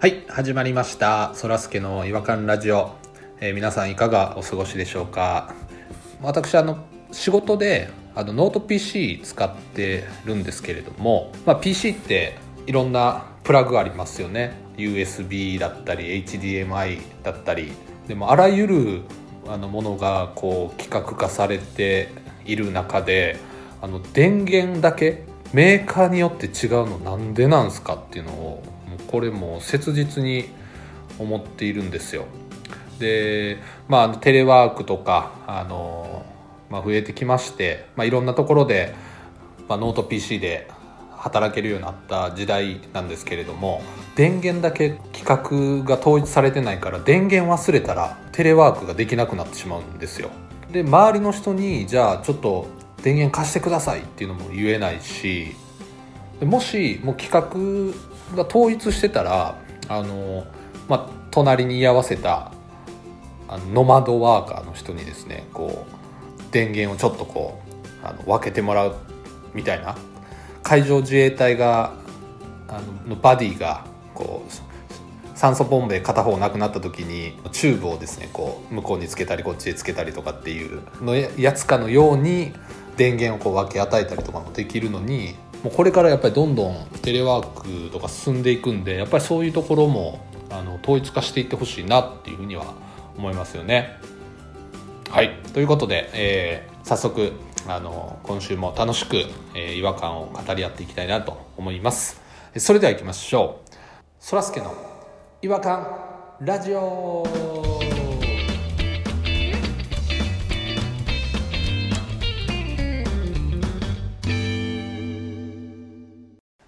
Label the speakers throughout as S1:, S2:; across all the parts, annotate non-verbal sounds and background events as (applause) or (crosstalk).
S1: はい、始まりました。そらすけの違和感ラジオ。えー皆さんいかがお過ごしでしょうか。私、あの、仕事で、あの、ノート PC 使ってるんですけれども、まあ、PC っていろんなプラグありますよね。USB だったり、HDMI だったり。でも、あらゆるあのものがこう規格化されている中であの電源だけメーカーによって違うのなんでなんすかっていうのをもうこれもう切実に思っているんですよ。でまああのテレワークとかあの、まあ、増えてきまして、まあ、いろんなところで、まあ、ノート PC で働けるようになった時代なんですけれども電源だけ規格が統一されてないから電源忘れたらテレワークができなくなってしまうんですよ。で周りの人にじゃあちょっと電源貸してくださいっていうのも言えないしでもしもう企画が統一してたらあの、まあ、隣に居合わせたあのノマドワーカーの人にですねこう電源をちょっとこうあの分けてもらうみたいな海上自衛隊があののバディがこう酸素ボンベ片方なくなった時にチューブをですねこう向こうにつけたりこっちへつけたりとかっていうのややつかのように電源をこう分け与えたりとかもできるのにもうこれからやっぱりどんどんテレワークとか進んでいくんでやっぱりそういうところもあの統一化していってほしいなっていうふうには思いますよね。はい、ということで、えー早速あの今週も楽しく、えー違和感を語り合っていきたいなと思います。それでは行きましょう。そらすけの違和感ラジオ。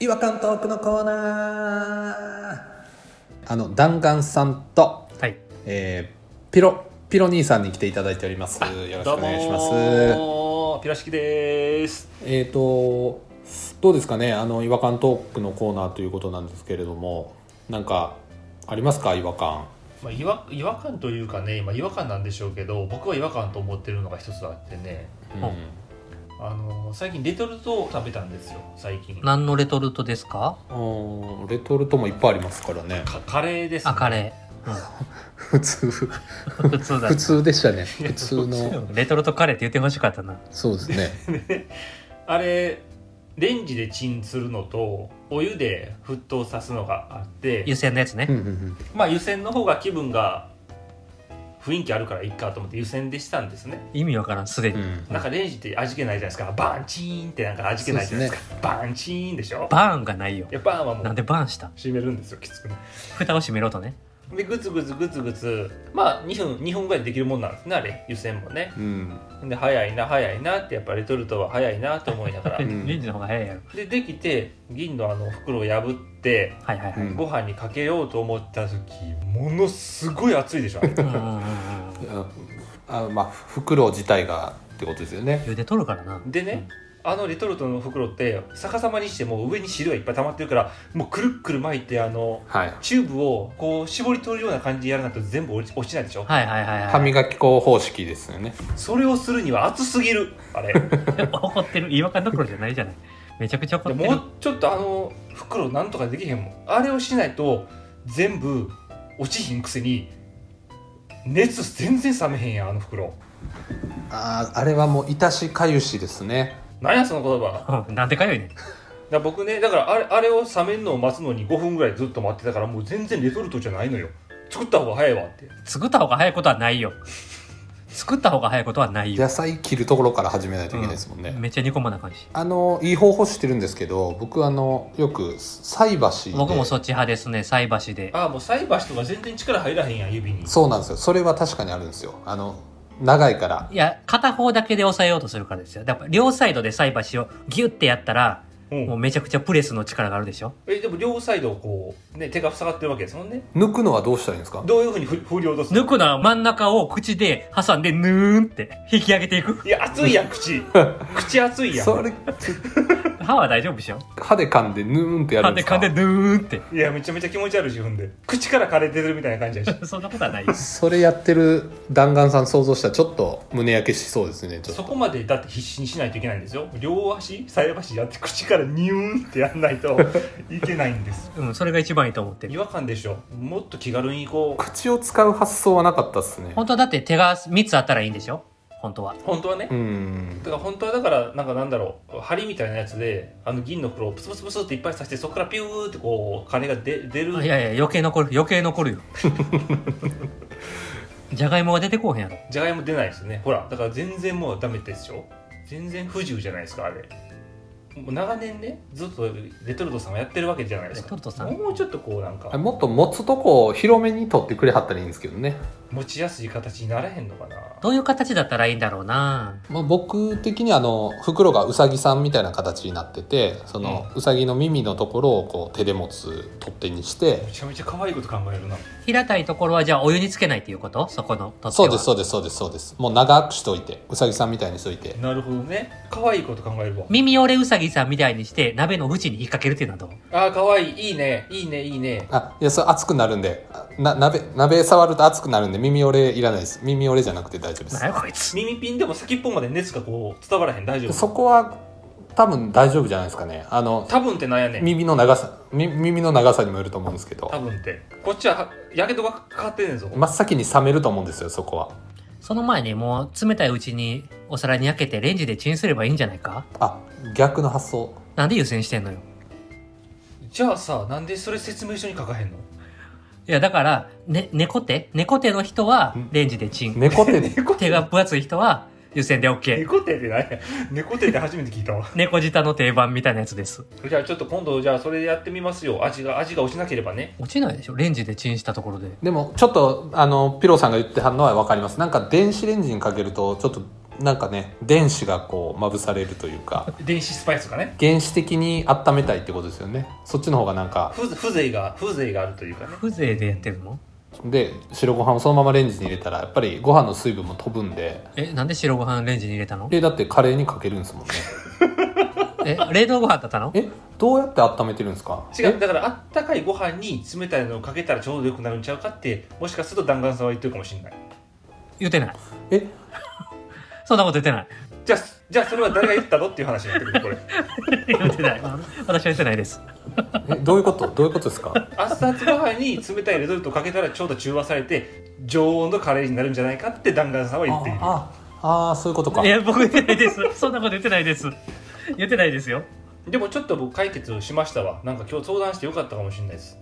S1: 違和感トークのコーナー。あの弾丸さんと、
S2: はい。
S1: えーピロピロ兄さんに来ていただいております。よろしくお願いします。
S2: す。ピラシキです。
S1: えー、とどうですかねあの違和感トークのコーナーということなんですけれどもなんかありますか違和感
S2: まあ違和違和感というかね、今違和感なんでしょうけど、僕は違和感と思ってるのが一つあってね。あの最近レトルトを食べたんですよ。最近。
S3: 何のレトルトですか
S1: うん、うんレトルトもいっぱいありますから (laughs) ね
S2: かカレーです、
S3: あカレ
S1: 普通
S3: ー普通だ
S1: 普通でしたね普通 (laughs) の
S3: レトルトカレーって言ってほしかったな
S1: そうです (laughs) ね
S2: あれレンジでチンするのとお湯で沸騰さすのがあって
S3: 湯、煎のやつね、
S1: うんうんうん
S2: まあ湯煎の方が気分が雰囲気あるからいいかと思って湯煎でしたんですね。
S3: 意味わからんすで
S1: う
S3: に、
S1: ん
S2: なんかレンジって味気ないじゃないですか。バーンチーンってなんか味気ないじゃないですか。バーンチーンでしょ。
S3: バーンがないよ
S2: いやバーンはも
S3: なん
S2: う
S3: でバーンした
S2: 閉めるんですよきつくね
S3: 蓋を閉めろとね
S2: でグツグツグツグツまあ2分2分ぐらいでできるもんなんですねあれ湯煎もね
S1: うん
S2: で早いな早いなってやっぱレトルトは早いなと思いながら
S3: レ
S1: ん
S3: ンジの方が早いやろ
S2: でできて銀のあの袋を破って
S3: はいはいはい、
S1: うん
S2: ご飯にかけようと思った時ものすごい熱いでしょあれ
S3: うんうんうんうん
S1: ああまあ袋自体がってことですよね
S3: 茹でとるからな
S2: でねあのレトルトの袋って逆さまにしてもう上に汁がいっぱい溜まってるからもうくるっくる巻いてあの
S1: はい
S2: チューブをこう絞り取るような感じでやらないと全部落ち落ちないでしょ
S3: はいはいはい
S1: 歯
S3: はい
S1: 磨き粉方式ですよね
S2: それをするには熱すぎるあ (laughs) れ
S3: 怒ってる違和感どころじゃないじゃないめちゃくちゃ怒
S2: で
S3: って
S2: も
S3: る
S2: うちょっとあの袋なんとかできへんもんあれをしないと全部落ちひんくせに熱全然冷めへんやんあの袋
S1: あああれはもういたしかゆしですね
S2: なんやその言葉だか
S3: うんなんでかよいねん
S2: ら僕ねだからあれあれを冷めるのを待つのに5分ぐらいずっと待ってたからもう全然レトルトじゃないのよ作った方が早いわって
S3: 作った方が早いことはないよ作った方が早いことはないよ
S1: 野菜切るところから始めないといけないですもんね、
S3: めっちゃ煮込まな感じ
S1: あのいい方法知ってるんですけど僕あのよく菜箸で
S3: 僕もそっち派ですね菜箸で
S2: ああもう菜箸とか全然力入らへんやん指に
S1: そうなんですよそれは確かにあるんですよあの長いから
S3: いや、片方だけで押さえようとするからですよ。だから、両サイドで菜箸をギュッてやったら、
S2: うん
S3: もうめちゃくちゃプレスの力があるでしょ。
S2: えでも両サイドをこうね手が塞がってるわけですもんね
S1: 抜くのはどうしたらいいんですか
S2: どういうふうにふ振り落とすの
S3: 抜くのは真ん中を口で挟んで、ぬーんって引き上げていく。
S2: いや熱いやん (laughs) 口口熱いやん
S1: それ
S3: 歯は大丈夫でしょ
S1: 歯で噛んでヌーンってやる
S3: 噛
S1: ん
S3: ん
S1: で
S3: です
S1: か
S3: 噛んで、ぬーんって。 (laughs)
S2: いやめちゃめちゃ気持ち悪いし踏んで口から枯れてるみたいな感じやし
S3: そんなことはないよ。
S1: それやってる弾丸さん想像したらちょっと胸焼けしそうですねちょっ
S2: そ
S1: と
S2: こまでだって必死にしないといけないんですよ両足菜箸やって口からニューンってやんないといけないんです
S3: うん、それが一番いいと思ってる
S2: 違和感でしょもっと気軽にこう
S1: 口を使う発想はなかったですね
S3: 本当はだって手が3つあったらいいんでしょ本当は
S2: 本当はね
S1: うん
S2: だから本当はだからなんかなんだろう針みたいなやつであの銀の袋をプツプツプツっていっぱい刺してそこからピューってこう金が出出る
S3: いやいや余計残る余計残るよ (laughs) じゃがいもが出てこうへんやろ
S2: じゃがいも出ないですねほらだから全然もうダメですよ全然不自由じゃないですかあれもう長年ねずっとレトルトさんはやってるわけじゃないですか
S3: レトルトさん
S2: もうちょっとこうなんか
S1: もっと持つとこを広めに取ってくれはったらいいんですけどね、
S2: 持ちやすい形にならへんのかな
S3: どういう形だったらいいんだろうな
S1: まあ、僕的にあの袋がうさぎさんみたいな形になっててそのうさぎの耳のところをこう手で持つ取っ手にして
S2: めちゃめちゃ可愛いこと考えるな
S3: 平たいところはじゃあお湯につけないっていうことそこのとっては
S1: そうですそうですそうですそうですもう長くしといてうさぎさんみたいにしといて
S2: なるほどね可愛いこと考えるわ
S3: 耳折れうさぎさんみたいにして鍋の縁に引っ掛けるっていうのはどう
S2: あー可愛いいいねいいねいいね
S1: あいやそれ熱くなるんであな鍋鍋触ると熱くなるんで耳折れいらないです耳折れじゃなくて大丈夫です
S3: なんやこいつ
S2: 耳ピンでも先っぽまで熱がこう伝わらへん大丈夫
S1: そこは多分大丈夫じゃないですかねあの
S2: 多分ってなんやねん
S1: 耳の長さみ耳の長さにもよると思うんですけ
S2: 多
S1: ど
S2: 分ってこっちはやけどがかかってんねんぞ
S1: 真っ先に冷めると思うんですよそこは
S3: その前にもう冷たいうちにお皿に焼けてレンジでチンすればいいんじゃないか
S1: あ逆の発想
S3: なんで優先してんのよ
S2: じゃあさなんでそれ説明書に書かへんの
S3: いやだから、ね、猫手猫手の人はレンジでチン
S1: 猫手で
S3: 手が分厚い人は湯煎で OK
S2: 猫手って何や猫手って初めて聞いたわ
S3: 猫舌の定番みたいなやつです
S2: じゃあちょっと今度じゃあそれやってみますよ味が味が落ちなければね
S3: 落ちないでしょレンジでチンしたところで
S1: でもちょっとあのピローさんが言ってはるのは分かりますなんか電子レンジにかけるとちょっとなんかね電子がこうまぶされるというか
S2: 電子スパイスがね
S1: 原始的に温めたいってことですよねそっちの方がなんか
S2: 風風情が風情があるというかね
S3: 風情でやってるの
S1: で白ご飯をそのままレンジに入れたらやっぱりご飯の水分も飛ぶんで
S3: えなんで白ご飯レンジに入れたの
S1: えだってカレーにかけるんですもんね
S3: え冷凍ご飯だったの
S1: えどうやって温めてるんですか
S2: 違うだからあったかいご飯に冷たいのをかけたらちょうどよくなるんちゃうかってもしかすると弾丸さんは言ってるかもしれない
S3: 言ってない
S1: ええ
S3: そんなこと言ってない
S2: じゃあじゃあそれは誰が言ったのっていう話になってく (laughs) るこれ
S3: 言ってない私は言ってないです
S1: えどういうことどういうことですか
S2: 熱々ご飯に冷たいレトルトをかけたらちょうど中和されて常温のカレーになるんじゃないかって弾丸さんは言っている
S1: あああーそういうことか
S3: いや僕言ってないですそんなこと言ってないです言ってないですよ
S2: でもちょっと僕解決しましたわなんか今日相談してよかったかもしれないです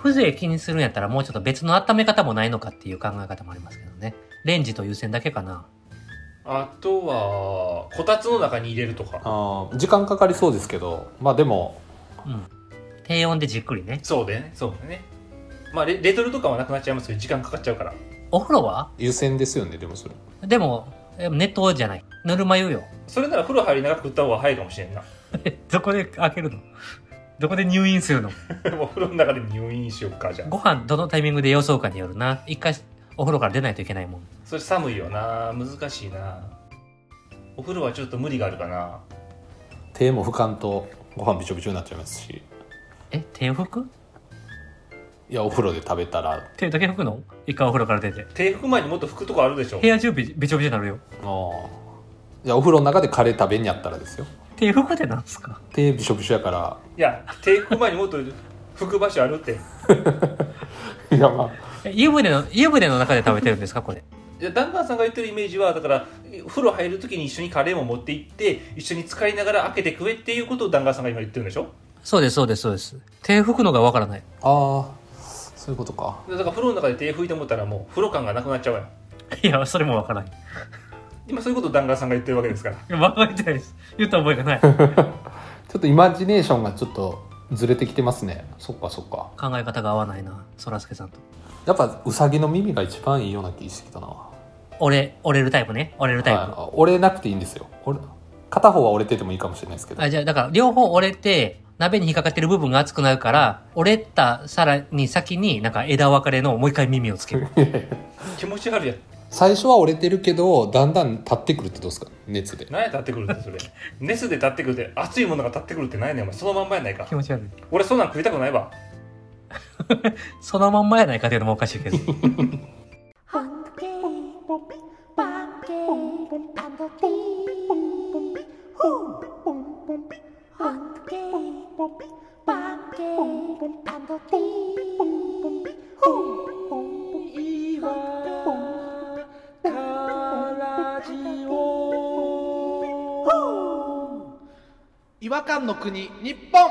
S3: 風情気にするんやったらもうちょっと別の温め方もないのかっていう考え方もありますけどねレンジと湯煎だけかな
S2: あとはこたつの中に入れるとか
S1: あー時間かかりそうですけどまあでも
S3: うん低温でじっくりね
S2: そうだよねそうだよねまあレレトルト感はなくなっちゃいますけど時間かかっちゃうから
S3: お風呂は
S1: 優先ですよねでもそれ
S3: でもえ熱湯じゃないぬるま湯よ
S2: それなら風呂入りながら食った方が早いかもしれんな
S3: (laughs)
S2: (laughs)
S3: どこで開けるのどこで入院するの
S2: もう風呂の中で入院しよっかじゃあ
S3: ご飯どのタイミングで予想かによるな一回お風呂から出ないといけないもん
S2: それ寒いよな難しいなお風呂はちょっと無理があるかな
S1: 手も拭かんとご飯びちょびちょになっちゃいますし
S3: え手を拭く
S1: いやお風呂で食べたら
S3: 手だけ拭くの一回お風呂から出て
S2: 手拭く前にもっと拭くとこあるでしょ
S3: 部屋中びびちょびちょになるよ
S1: あーいやお風呂の中でカレー食べにやったらですよ
S3: 手拭くってなんすか
S1: 手びしょびしょやか
S2: いや手拭く前にもっと拭く場所あるって
S1: らいやまあ
S3: え湯船の湯船の中で食べてるんですかこれ
S2: いやダンカンさんが言ってるイメージはだから風呂入るときに一緒にカレーも持って行って一緒に使いながら開けて食えっていうことをダンカンさんが今言ってるんでしょ
S3: そうですそうですそうです手拭くのがわからない
S1: ああそういうことか
S2: だから風呂の中で手拭いて思ったらもう風呂感がなくなっちゃうやん
S3: いやそれもわからない
S2: 今そういうことをダンカンさんが言ってるわけですから
S3: わかりたいです言った覚えがない
S1: ちょっとイマジネーションがちょっとずれてきてますねそっかそっか
S3: 考え方が合わないなそらすけさんと
S1: やっぱウサギの耳が一番いいような気してきたな、は
S3: 折れ折れるタイプね折れる
S1: い、
S3: タイプ、
S1: あ折れなくていいんですよ折れ片方は折れててもいいかもしれないですけど
S3: あじゃあだから両方折れて鍋に引っかかってる部分が熱くなるから折れたさらに先になんか枝分かれのもう一回耳をつける
S2: 気持ち悪いやん
S1: 最初は折れてるけどだんだん立ってくるってどうですか熱で
S2: 何や立ってくるってそれ熱で立ってくるって熱いものが立ってくるって何やねんお前そのまんまやないか
S3: (laughs) 気持ち悪い
S2: 俺そんなん食いたくないわ
S3: そのま (laughs) んまやないかっていうのもおかしいけど
S4: Hungry, bumpy, bumpy,
S1: 違和感の国日本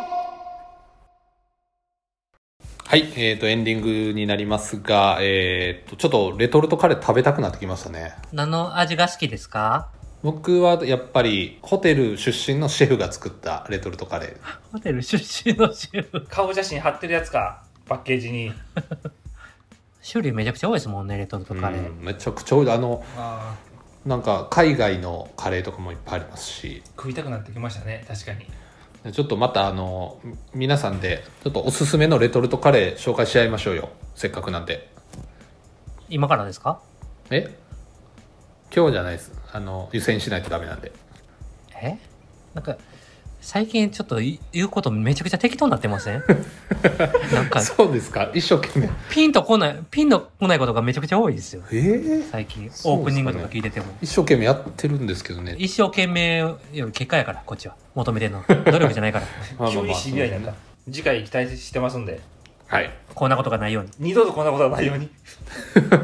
S1: はい、えー、とエンディングになりますが、えー、とちょっとレトルトカレー食べたくなってきましたね
S3: 何の味が好きですか
S1: 僕はやっぱりホテル出身のシェフが作ったレトルトカレー
S3: ホテル出身の種類。
S2: 顔写真貼ってるやつかパッケージに
S3: 種類めちゃくちゃ多いですもんね、レトルトカレー。
S1: うんめちゃくちゃ多いあの
S2: あ
S1: なんか海外のカレーとかもいっぱいありますし
S2: 食いたくなってきましたね確かに
S1: ちょっとまたあのみ皆さんでちょっとおすすめのレトルトカレー紹介し合いましょうよせっかくなんで
S3: 今からですか
S1: え今日じゃないですあの湯煎しないとダメなんで
S3: えなんか、最近ちょっとい言うことめちゃくちゃ適当になってま
S1: (laughs)
S3: せんなんか、
S1: そうですか (laughs) 一生懸命
S3: ピンとこない、ピンとこないことがめちゃくちゃ多いですよ。
S1: えー
S3: 最
S1: そう
S3: 近、
S1: っすかね
S3: オープニングとか聞いてても。
S1: 一生懸命やってるんですけどね
S3: 一生懸命より結果やから、こっちは。求めてんの。努力じゃな
S1: (laughs)
S3: いから。
S1: まあまあまあ
S2: 急に知り合いなんか次回期待してますんで
S1: はい
S3: こんなことがないように。
S2: 二度とこんなことはないように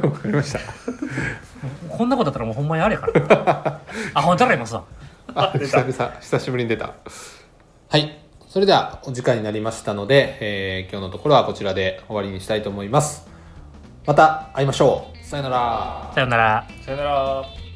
S1: わかりました
S3: こんなことだったらもうほんまにあれやから。
S1: (laughs)
S3: あ、ほんとらいますわ。
S1: (laughs) あ
S2: 出た
S1: 久々久しぶりに出たはいそれではお時間になりましたので、えー今日のところはこちらで終わりにしたいと思いますまた会いましょうさよなら
S3: さよなら。
S2: さよなら